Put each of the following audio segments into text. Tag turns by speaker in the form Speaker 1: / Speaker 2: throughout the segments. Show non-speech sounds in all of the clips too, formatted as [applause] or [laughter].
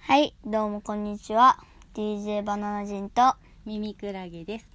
Speaker 1: はい、どうもこんにちは。DJ バナナ人と、
Speaker 2: 耳クラゲです。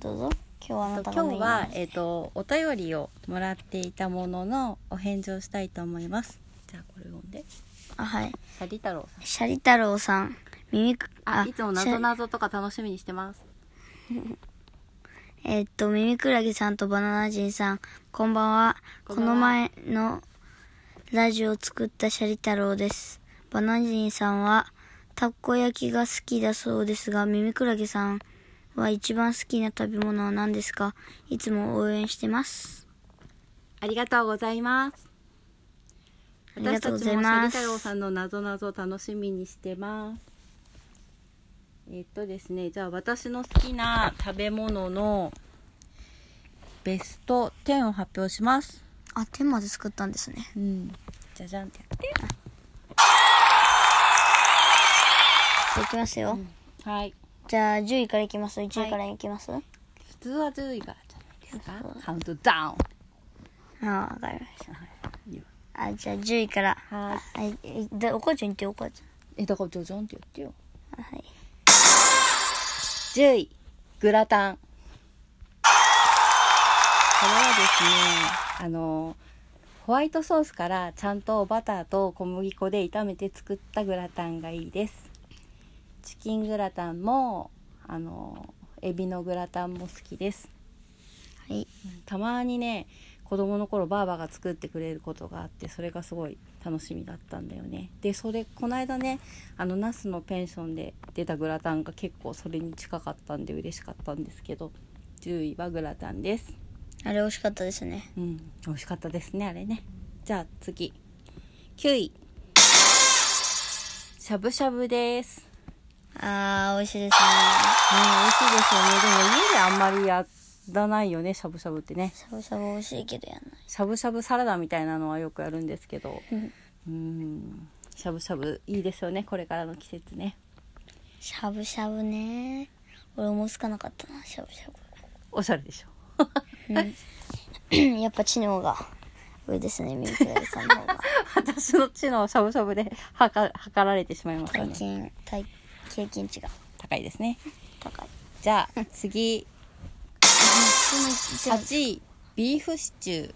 Speaker 1: どうぞ。今日はあな
Speaker 2: 今
Speaker 1: た
Speaker 2: 日
Speaker 1: がメイン
Speaker 2: はえっ、とお便りをもらっていたもののお返事をしたいと思います。じゃあこれ読んで。
Speaker 1: あ、はい。
Speaker 2: シャリ太郎さん。
Speaker 1: シャリ太郎さん、耳く、
Speaker 2: あ、いつも謎
Speaker 1: シャ
Speaker 2: 謎とか楽しみにしてます。
Speaker 1: リえーっと、耳くらげさんとバナナ人さん、こんばんは。こ
Speaker 2: こんばんは
Speaker 1: の前のラジオを作ったシャリ太郎です。バナナ人さんは、たこ焼きが好きだそうですが、耳くらげさんは一番好きな食べ物は何ですかいつも応援してます。
Speaker 2: ありがとうございます。
Speaker 1: ありがと
Speaker 2: 私た
Speaker 1: うご
Speaker 2: ち
Speaker 1: ざい
Speaker 2: もシャリ
Speaker 1: ます
Speaker 2: 太郎さんの謎謎を楽しみにしてます。えっとですね、じゃあ私の好きな食べ物のベスト10を発表します。
Speaker 1: あ、テーマで作ったんですね。
Speaker 2: うん、じゃじゃんってやって。
Speaker 1: じゃあ、いきますよ。
Speaker 2: はい。
Speaker 1: じゃあ10位からいきます1位からいきます、
Speaker 2: 普通は10位からじゃないですか。カウントダウン。
Speaker 1: ああ分かりました
Speaker 2: はい。
Speaker 1: あじゃあ10位から
Speaker 2: はい
Speaker 1: いいでお母ちゃん言ってよお母ち
Speaker 2: え、だからじゃじゃんって言ってよ。
Speaker 1: ゃんはい
Speaker 2: 10位、グラタン。これはですね、あの、ホワイトソースからちゃんとバターと小麦粉で炒めて作ったグラタンがいいです。チキングラタンも、あの、エビのグラタンも好きです。
Speaker 1: はい
Speaker 2: たまにね子供の頃ばあばが作ってくれることがあってそれがすごい楽しみだったんだよねでそれこの間ねあのナスのペンションで出たグラタンが結構それに近かったんで嬉しかったんですけど10位はグラタンです
Speaker 1: あれ美味しかったですね
Speaker 2: うん美味しかったですねあれねじゃあ次9位しゃぶしゃぶです
Speaker 1: あー美味しいですね
Speaker 2: ね美味しいですよねでも家であんまりやらないよねしゃぶしゃぶってね
Speaker 1: しゃぶしゃぶ美味しいけどやんない
Speaker 2: しゃぶしゃぶサラダみたいなのはよくやるんですけどうんしゃぶしゃぶいいですよねこれからの季節ね
Speaker 1: しゃぶしゃぶね俺思いつかなかったなしゃぶしゃ
Speaker 2: おしゃれでしょ
Speaker 1: ぶ [clears throat] やっぱ知能が上ですねミルクライさんの方が
Speaker 2: [laughs] 私の知能をしゃぶしゃぶで測測られてしまいました
Speaker 1: 体
Speaker 2: ね
Speaker 1: 験体経験値が
Speaker 2: 高いですね
Speaker 1: 高い
Speaker 2: じゃあ次
Speaker 1: じゃあ
Speaker 2: 8位ビーフシチュー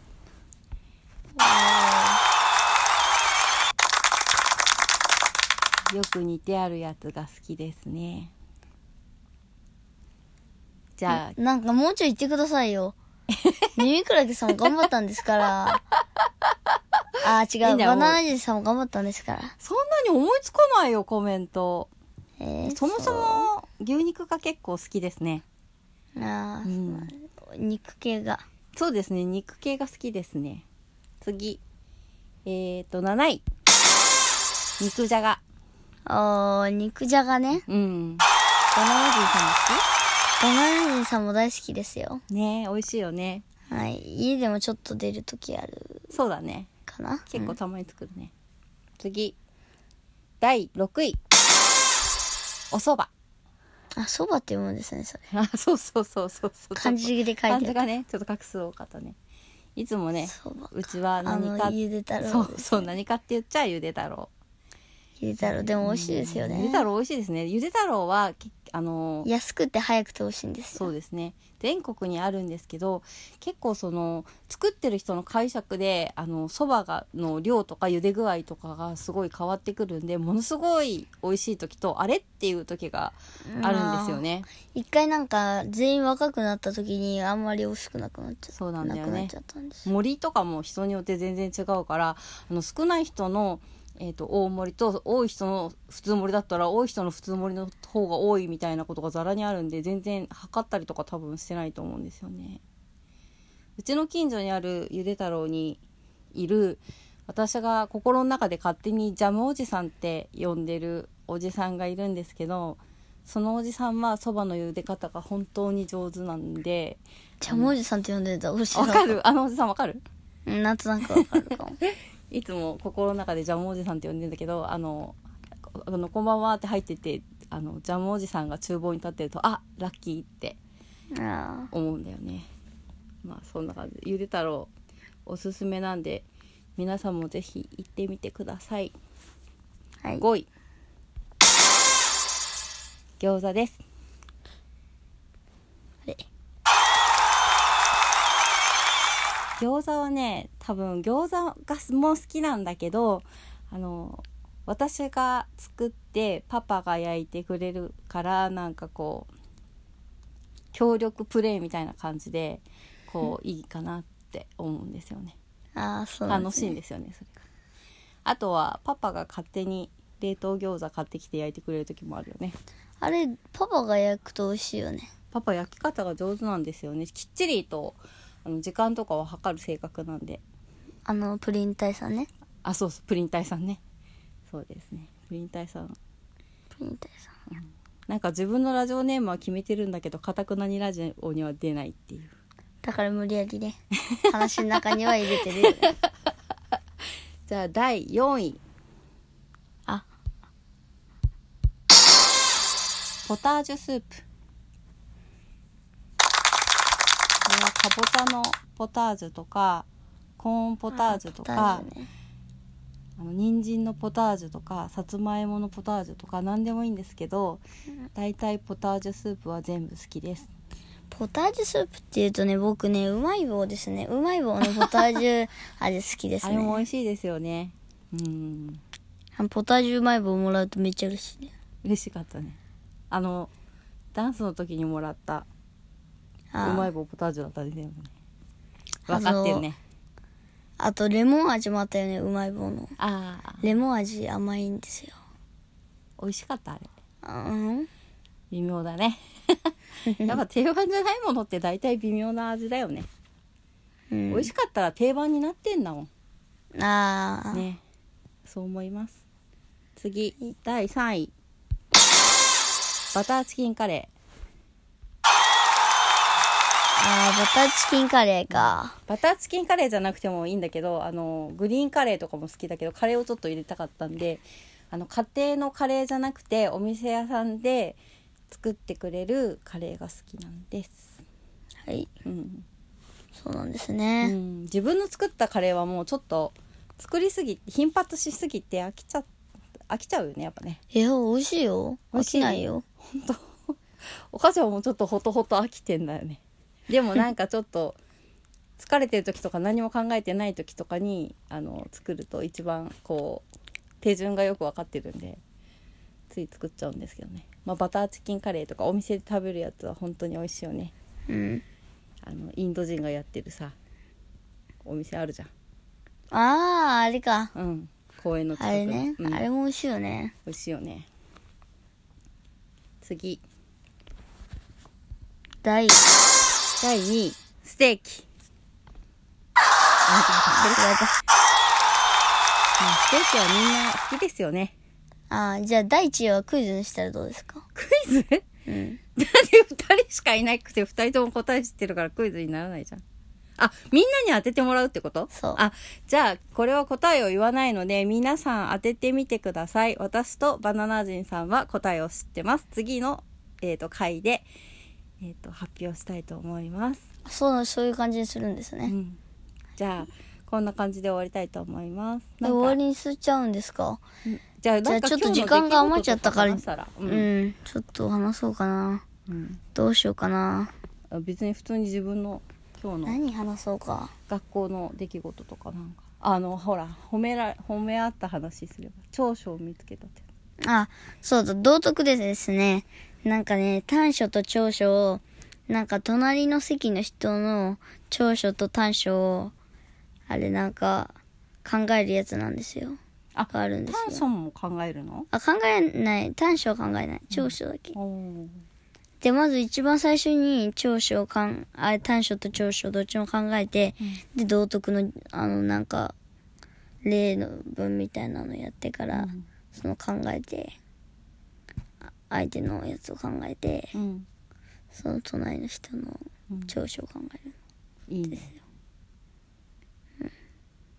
Speaker 2: よく煮てあるやつが好きですねじゃあ
Speaker 1: なんかもうちょい言ってください
Speaker 2: [laughs]
Speaker 1: よ。耳クラゲさんも頑張ったんですから。あー違
Speaker 2: いい
Speaker 1: うん
Speaker 2: だよ
Speaker 1: バナナジさんも頑張ったんですから。
Speaker 2: そんなに思いつかないよコメント
Speaker 1: えー
Speaker 2: そもそ。も牛肉が結構好きですね
Speaker 1: そうあー
Speaker 2: うん
Speaker 1: 肉系が。
Speaker 2: そうですね肉系が好きですね次えっ、ー、と7位肉じゃが
Speaker 1: あー肉じゃがね。
Speaker 2: うんバナナ人さんも
Speaker 1: バナナジさんも大好きですよ。
Speaker 2: 好きねえ美味しいよね
Speaker 1: はい。家でもちょっと出るときある
Speaker 2: そうだね
Speaker 1: かな。
Speaker 2: 結
Speaker 1: う
Speaker 2: 構
Speaker 1: ん
Speaker 2: たまに作るね、次第6位お蕎麦
Speaker 1: あ、そばって読むんですね、それ。
Speaker 2: あそうそうそうそうそう
Speaker 1: 漢字で書いてあ
Speaker 2: 漢
Speaker 1: る
Speaker 2: 字。がねちょっと画数多かったねいつもね
Speaker 1: 蕎麦か
Speaker 2: うちは
Speaker 1: あ
Speaker 2: 何
Speaker 1: の
Speaker 2: か、
Speaker 1: ゆで太
Speaker 2: そ
Speaker 1: 郎
Speaker 2: う。そう何かって言っちゃゆで太郎
Speaker 1: ゆで太郎。でも美味しいですよね。
Speaker 2: ゆで太郎美味しいですねゆで太郎はけあのー
Speaker 1: 安くて早くて美味しいんです
Speaker 2: そ
Speaker 1: よ。
Speaker 2: うですね全国にあるんですけど結構その作ってる人の解釈であのそばがの量とか茹で具合とかがすごい変わってくるんでものすごい美味しい時とあれっていう時があるんですよね。
Speaker 1: 一回なんか全員若くなった時にあんまり惜しくなくなっちゃった
Speaker 2: そうなんだよね
Speaker 1: くなっちゃったんですよ
Speaker 2: 盛りとかも人によって全然違うからあの少ない人の、えー、と大盛りと多い人の普通盛りだったら多い人の普通盛りの方が多いみたいなことがざらにあるんで全然測ったりとか多分してないと思うんですよね。うちの近所にあるゆで太郎にいる私が心の中で勝手にジャムおじさんって呼んでるおじさんがいるんですけどそのおじさんはそばの茹で方が本当に上手なんで
Speaker 1: ジャムおじさんって呼んでたおし
Speaker 2: わか [laughs] るあのおじさんわかる
Speaker 1: うんなんとなくわかる
Speaker 2: [laughs]
Speaker 1: かも
Speaker 2: いつも心の中でジャムおじさんって呼んでんだけど、あの、あのこんばんはって入ってて、あの、ジャムおじさんが厨房に立ってると、あ、ラッキーって
Speaker 1: あ
Speaker 2: 思うんだよね。まあ、そんな感じ。ゆで太郎、おすすめなんで、皆さんもぜひ行ってみてください。
Speaker 1: あはい
Speaker 2: 5位、餃子です
Speaker 1: あれ
Speaker 2: 餃子はね多分餃子がすもう好きなんだけどあの私が作ってパパが焼いてくれるからなんかこう協力プレイみたいな感じでこういいかなって思うんですよね
Speaker 1: ああそうなんで
Speaker 2: 楽
Speaker 1: す
Speaker 2: しいん
Speaker 1: ね
Speaker 2: ですよねそれがあとはパパが勝手に冷凍餃子買ってきて焼いてくれる時もあるよね
Speaker 1: あれパパが焼くと美味しいよね
Speaker 2: パパ焼き方が上手なんですよねきっちりとあの時間とかは測る性格なんで
Speaker 1: あのプリン体さんね
Speaker 2: あそうそうプリン体さんねそうですねプリン体さん
Speaker 1: プリン体さん
Speaker 2: なんか自分のラジオネームは決めてるんだけどかたくなにラジオには出ないっていう
Speaker 1: だから無理やり
Speaker 2: [laughs]
Speaker 1: ね話の中には入れてるよね
Speaker 2: じゃあ第4位
Speaker 1: あ
Speaker 2: ポタージュスープこれはかぼちゃのポタージュとかコー [laughs] ンポタージュとか
Speaker 1: あポタージュね
Speaker 2: あの人参のポタージュとかさつまいものポタージュとか何でもいいんですけど大体ポタージュスープは全部好きです
Speaker 1: ポタージュスープっていうとね僕ねうまい棒ですねうまい棒のポタージュあれ好きです
Speaker 2: [laughs] あれも美
Speaker 1: ね
Speaker 2: 味しいですよねうん
Speaker 1: あのポタージュうまい棒もらうとめっちゃ嬉しいね
Speaker 2: 嬉しかったねあのダンスの時にもらったう
Speaker 1: あー
Speaker 2: まい棒ポタージュだったねでもね
Speaker 1: あの
Speaker 2: 分かってるね
Speaker 1: あとレモン味もあったよねうまい棒の
Speaker 2: ああ
Speaker 1: レモン味甘いんですよ
Speaker 2: 美味しかったあれ
Speaker 1: あうん
Speaker 2: 微妙
Speaker 1: [laughs]
Speaker 2: だねやっぱ定番じゃないものって大体微妙な味だよね、
Speaker 1: うん
Speaker 2: 美味しかったら定番になってんだも
Speaker 1: ああ、
Speaker 2: んねそう思います次第3位バターチキンカレー
Speaker 1: あーバターチキンカレーか
Speaker 2: バターチキンカレーじゃなくてもいいんだけどあのグリーンカレーとかも好きだけどカレーをちょっと入れたかったんであの家庭のカレーじゃなくてお店屋さんで作ってくれるカレーが好きなんです、
Speaker 1: はい
Speaker 2: うん、
Speaker 1: そうなんです
Speaker 2: う
Speaker 1: ね、
Speaker 2: ん、自分の作ったカレーはもうちょっと作りすぎ頻発しすぎて飽きちゃ飽きちゃうよねやっぱね
Speaker 1: いや美味しいよ
Speaker 2: 美
Speaker 1: 飽
Speaker 2: 味しい
Speaker 1: きないよ
Speaker 2: お母ちゃんもちょっとほとほと飽きてんだよねでもなんかちょっと疲れてる時とか何も考えてない時とかにあの作ると一番こう手順がよく分かってるんでつい作っちゃうんですけどね、まあ、バターチキンカレーとかお店で食べるやつは本当に美味しいよね
Speaker 1: うん
Speaker 2: あのインド人がやってるさお店あるじゃん
Speaker 1: あああれか
Speaker 2: うん公園の近
Speaker 1: あ
Speaker 2: くの
Speaker 1: れね、
Speaker 2: うん
Speaker 1: あれも美味しいよね
Speaker 2: 美味しいよね次
Speaker 1: 第
Speaker 2: 第2位ステーキあ
Speaker 1: あ違った
Speaker 2: まあステーキはみんな好きですよね
Speaker 1: あーじゃあ第一位はクイズにしたらどうですか
Speaker 2: クイズ [laughs] だって
Speaker 1: うん
Speaker 2: 2人しかいなくて2人とも答え知ってるからクイズにならないじゃんあみんなに当ててもらうってこと
Speaker 1: そう
Speaker 2: あじゃあこれは答えを言わないので皆さん当ててみてください私とバナナ人さんは答えを知ってます次の、えー、と回で、えー、と発表したいと思い
Speaker 1: [laughs]
Speaker 2: ます
Speaker 1: そうそういう感じにするんです
Speaker 2: う
Speaker 1: ね、
Speaker 2: ん、じゃあこんな感じで終わりたいと思います。
Speaker 1: で
Speaker 2: なんか
Speaker 1: 終わりにしちゃうんですか
Speaker 2: うんじゃあなんか
Speaker 1: じゃあちょっと
Speaker 2: 今日の
Speaker 1: 時間が余っちゃったから
Speaker 2: 出来事と話した
Speaker 1: う
Speaker 2: ら
Speaker 1: ん、
Speaker 2: うん
Speaker 1: ちょっと話そうかな
Speaker 2: うん
Speaker 1: どうしようかな
Speaker 2: あ別に普通に自分の今日の
Speaker 1: 何話そうか
Speaker 2: 学校の出来事とかなんかあのほら褒めら褒め合った話すれば長所を見つけたって
Speaker 1: あ、そうだ、道徳でですね、なんかね、短所と長所を、なんか隣の席の人の長所と短所を、あれなんか、考えるやつなんですよ。
Speaker 2: あ
Speaker 1: があるんですよ
Speaker 2: 短所も考えるの
Speaker 1: あ、考えない。短所は考えない。長所だけ。
Speaker 2: おー
Speaker 1: で、まず一番最初に長所をかん、あ、短所と長所どっちも考えて、で、道徳の、あの、なんか、例の文みたいなのやってから、
Speaker 2: うん
Speaker 1: その考えて、あ相手のやつを考えて、
Speaker 2: うん
Speaker 1: その隣の人の
Speaker 2: うん
Speaker 1: 長所を考える。
Speaker 2: いいね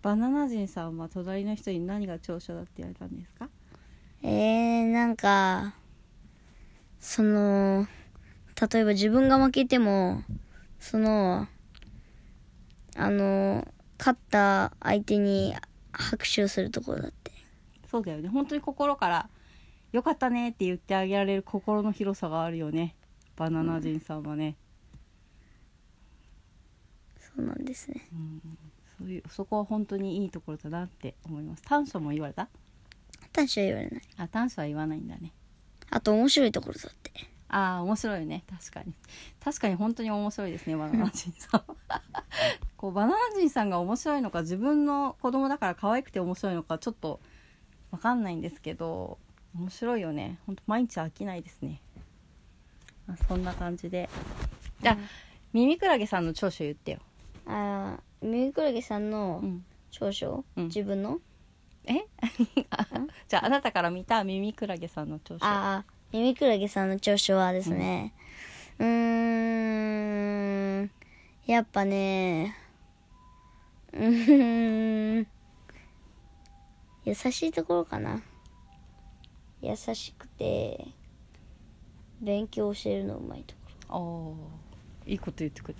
Speaker 2: バナナ人さんは隣の人に何が長所だって言われたんですか
Speaker 1: えー、なんか、その、例えば自分が負けても、その、あの、勝った相手に拍手をするところだって。
Speaker 2: そうだよね本当に心から「よかったねって言ってあげられる心の広さがあるよねバナナ人さんはね、
Speaker 1: そうなんですね
Speaker 2: そういうそこは本当にいいところだなって思います短所も言われた
Speaker 1: 短所は言われない
Speaker 2: あ短所は言わないんだね
Speaker 1: あと面白いところだって
Speaker 2: ああ面白いね確かに確かに本当に面白い [laughs] ですねバナナ人さんこうバナナ人さんが面白いのか自分の子供だから可愛くて面白いのかちょっとわかんないんですけど面白いよね本当毎日飽きないですね、まあ、そんな感じでじゃあ、ミミクラゲさんの長所言ってよ、
Speaker 1: ああミミクラゲさんの
Speaker 2: うん、
Speaker 1: 長所、
Speaker 2: うん
Speaker 1: 自分の
Speaker 2: えあじゃああなたから見たミミクラゲさんの長所
Speaker 1: ああミミクラゲさんの長所はですねうーんやっぱねうーん優しいところかな優しくて勉強教えるのうまいとこ
Speaker 2: おーいいこと言ってくれ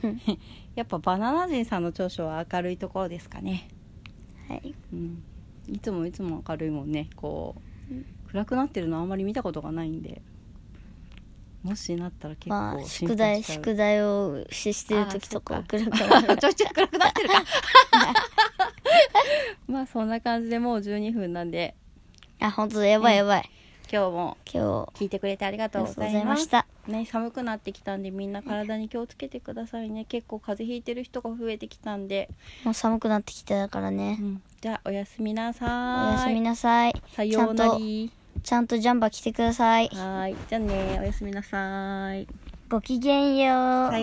Speaker 2: たな [laughs] やっぱバナナ人さんの長所は明るいところですかね、
Speaker 1: ろはい
Speaker 2: うん、いつもいつも明るいもんねこう暗くなってるのあんまり見たことがないんでもしなったら結構、
Speaker 1: まあ宿題宿題をししてる時と
Speaker 2: あ
Speaker 1: か
Speaker 2: ー
Speaker 1: 来るから
Speaker 2: [laughs] 題ちょいちょい暗くなってるか [laughs] まあそんな感じでもう12分なんで
Speaker 1: あ本当だやばいや
Speaker 2: [laughs]
Speaker 1: ばい、
Speaker 2: 今日も
Speaker 1: 今日
Speaker 2: 聞いてくれてありがとうござ
Speaker 1: ありがとうござ
Speaker 2: い
Speaker 1: いま
Speaker 2: ま
Speaker 1: し
Speaker 2: したた。ね、寒くなってきたんでみんな体に気をつけてくださいね。結構風邪ひいてる人が増えてきたんで。
Speaker 1: もう寒くなってきたからね、
Speaker 2: じゃあおやすみなさ
Speaker 1: おやす
Speaker 2: ーい。
Speaker 1: みなさい
Speaker 2: さような
Speaker 1: ち
Speaker 2: り。
Speaker 1: ゃんとちゃんとジャンバー着てください
Speaker 2: はーい。じゃあね、おやすみなさーい。
Speaker 1: ごきげんよう
Speaker 2: さよ